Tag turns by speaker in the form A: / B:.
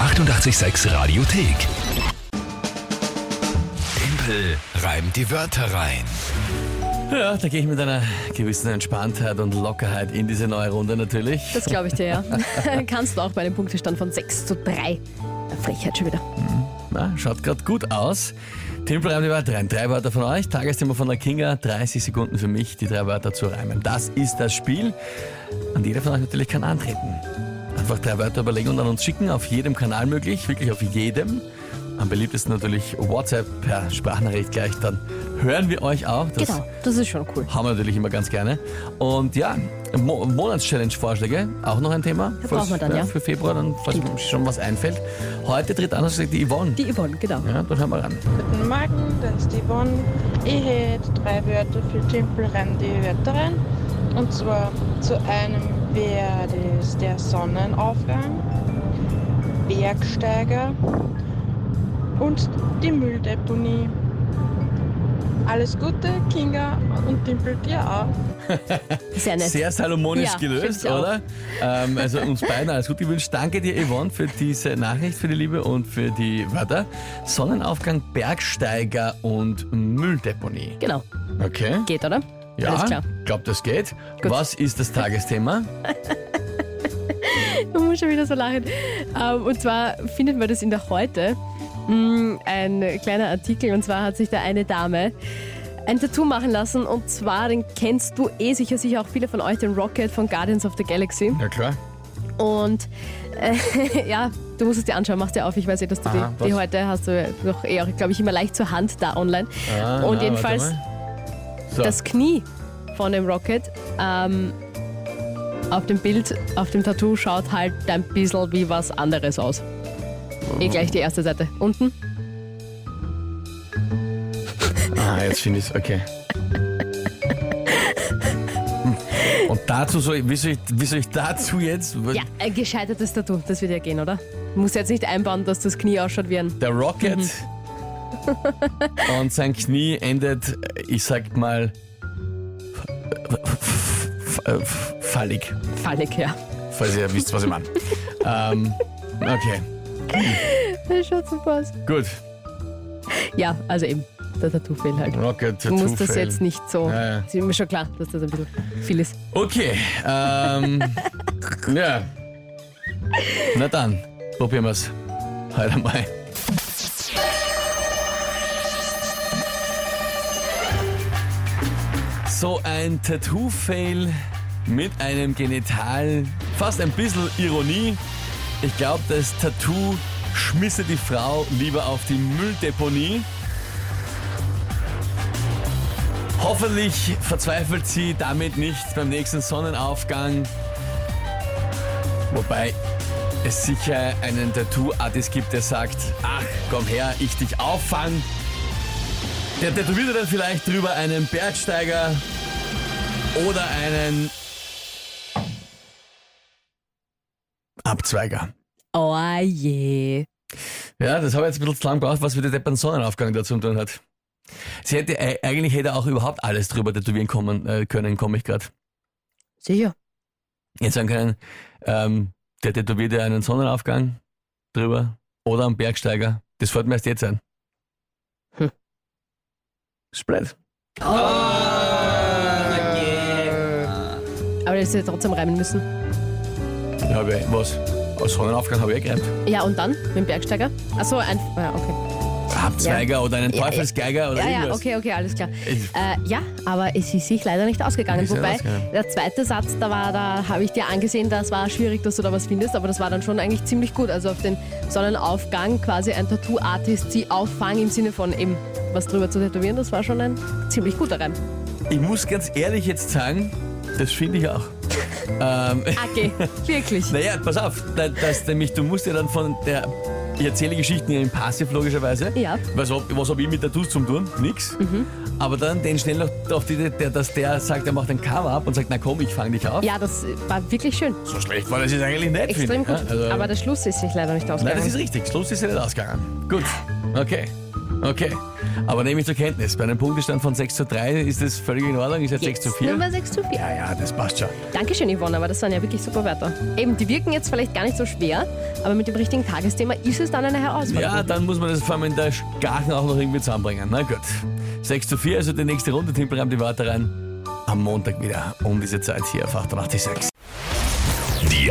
A: 886 Radiothek. Tempel reimt die Wörter rein.
B: Ja, da gehe ich mit einer gewissen Entspanntheit und Lockerheit in diese neue Runde natürlich.
C: Das glaube ich dir, ja. Kannst du auch bei einem Punktestand von 6 zu 3. Frechheit schon wieder.
B: Na, schaut gerade gut aus. Tempel reimt die Wörter rein. Drei Wörter von euch, Tagesthema von der Kinga, 30 Sekunden für mich, die drei Wörter zu reimen. Das ist das Spiel. Und jeder von euch natürlich kann antreten. Einfach drei Wörter überlegen und an uns schicken, auf jedem Kanal möglich, wirklich auf jedem. Am beliebtesten natürlich WhatsApp per Sprachnachricht gleich, dann hören wir euch auch. Das
C: Genau, das ist schon cool.
B: haben wir natürlich immer ganz gerne. Und ja, Mo Monatschallenge-Vorschläge, auch noch ein Thema.
C: Ja, brauchen wir dann, ja.
B: Für Februar, dann, falls mir schon was einfällt. Heute tritt an, hast du gesagt, die Yvonne.
C: Die Yvonne, genau.
B: Ja, dann hören wir ran.
D: Guten Morgen, das ist die Yvonne. Ich hätte drei Wörter für Tempel rein, die Wörter rein. Und zwar zu einem wäre das der Sonnenaufgang, Bergsteiger und die Mülldeponie. Alles Gute, Kinga und Tempel dir auch.
C: Sehr nett.
B: Sehr salomonisch
C: Ja,
B: gelöst,
C: find ich auch.
B: oder? Ähm, also uns beiden alles gut gewünscht. Danke dir, Yvonne, für diese Nachricht, für die Liebe und für die Wörter. Sonnenaufgang, Bergsteiger und Mülldeponie.
C: Genau.
B: Okay.
C: Geht, oder?
B: Ja,
C: Alles klar.
B: glaub, das geht.
C: Gut.
B: Was ist das Tagesthema?
C: Ich muss schon wieder so lachen. Ähm, Und zwar findet man das in der Heute. Mm, Ein kleiner Artikel. Und zwar hat sich da eine Dame ein Tattoo machen lassen. Und zwar, den kennst du eh sicher, sicher auch viele von euch, den Rocket von Guardians of the Galaxy.
B: Na klar.
C: Und äh, ja, du musst es dir anschauen. Mach dir auf. Ich weiß eh, dass du
B: Aha,
C: die, die
B: was?
C: heute hast du noch eh auch, glaube ich, immer leicht zur Hand da online.
B: Ah,
C: Und
B: na,
C: jedenfalls-
B: warte mal. So.
C: das Knie von dem Rocket ähm, auf dem Bild, auf dem Tattoo schaut halt ein bisschen wie was anderes aus. Eh gleich die erste Seite. Unten.
B: Ah, jetzt finde ich es, okay. Und dazu soll ich, wie soll ich, wie soll ich dazu jetzt?
C: Ja, ein gescheitertes Tattoo, das wird ja gehen, oder? Muss jetzt nicht einbauen, dass das Knie ausschaut wie ein.
B: Der Rocket und sein Knie endet, ich sag mal, f- f- f- f- fallig,
C: Fallig, ja.
B: falls ihr wisst, was ich meine. ähm, okay,
C: Das schaut super aus.
B: gut.
C: Ja, also eben, der Tattoo fehlt halt.
B: Rocket,
C: Du musst
B: Two-Fail.
C: das jetzt nicht so.
B: Ja, ja.
C: Ist mir schon klar, dass das ein bisschen viel ist.
B: Okay, ähm, ja. Na dann, probieren wir's. Halt Heute mal. So ein Tattoo-Fail mit einem Genital, fast ein bisschen Ironie. Ich glaube, das Tattoo schmisse die Frau lieber auf die Mülldeponie. Hoffentlich verzweifelt sie damit nicht beim nächsten Sonnenaufgang. Wobei es sicher einen Tattoo-Artist gibt, der sagt, ach, komm her, ich dich auffang. Der tätowierte dann vielleicht drüber einen Bergsteiger oder einen Abzweiger.
C: Oh je.
B: Ja, das habe ich jetzt ein bisschen zu lang gebraucht, was mit der Deppern Sonnenaufgang dazu tun hat. Sie hätte, äh, eigentlich hätte auch überhaupt alles drüber tätowieren kommen, äh, können, komme ich gerade.
C: Sicher.
B: Jetzt sagen können, ähm, der tätowiert ja einen Sonnenaufgang drüber oder einen Bergsteiger. Das fällt mir erst jetzt ein.
C: Hm.
B: Spread.
C: Aber das hätte trotzdem reimen müssen.
B: Hab ich, was? Aus Sonnenaufgang habe ich eh gereimt.
C: Ja, und dann? Mit dem Bergsteiger? Achso, ein. Ja, okay.
B: Abzweiger oder einen
C: Ja, ja.
B: Teufelsgeiger oder
C: Ja, ja,
B: irgendwas.
C: okay, okay, alles klar.
B: Ich-
C: Äh, ja, aber es ist sich leider nicht ausgegangen.
B: Ist nicht
C: Wobei,
B: ausgegangen.
C: der zweite Satz, da war, da habe ich dir angesehen, das war schwierig, dass du da was findest, aber das war dann schon eigentlich ziemlich gut. Also auf den Sonnenaufgang quasi ein Tattoo-Artist sie auffangen im Sinne von eben was drüber zu tätowieren, das war schon ein ziemlich guter Reim.
B: Ich muss ganz ehrlich jetzt sagen, das finde ich auch. ähm,
C: Okay, wirklich.
B: Naja, pass auf, da- dass nämlich, du musst ja dann von der. Ich erzähle Geschichten ja im Passiv logischerweise.
C: Ja. Mhm.
B: Was, hab- was habe ich mit Tattoos zum tun? Nix. Aber dann den schnell noch auf die, der, dass der sagt, er macht ein Cover ab und sagt, na komm, ich fange dich auf.
C: Ja, das war wirklich schön.
B: So schlecht war das jetzt eigentlich nicht.
C: Extrem
B: finde
C: gut.
B: ich, ja. Also-
C: aber der Schluss ist sich leider nicht
B: Nein,
C: ausgegangen.
B: das ist richtig. Das Los ist ja nicht ausgegangen. Gut. Okay. Okay. Aber nehme ich zur Kenntnis. Bei einem Punktestand von 6 zu 3 ist das völlig in Ordnung. Ist jetzt 6 zu 4.
C: Nummer 6 zu 4.
B: Ja, ja, das passt schon.
C: Dankeschön, Yvonne, aber das waren ja wirklich super Wörter. Eben, die wirken jetzt vielleicht gar nicht so schwer, aber mit dem richtigen Tagesthema ist es dann eine Herausforderung.
B: Ja, dann muss man das vor allem in der Garten auch noch irgendwie zusammenbringen. Na gut. 6 zu 4, also die nächste Runde. Timpel reimt die Wörter rein. Am Montag wieder um diese Zeit hier auf 886.
A: Die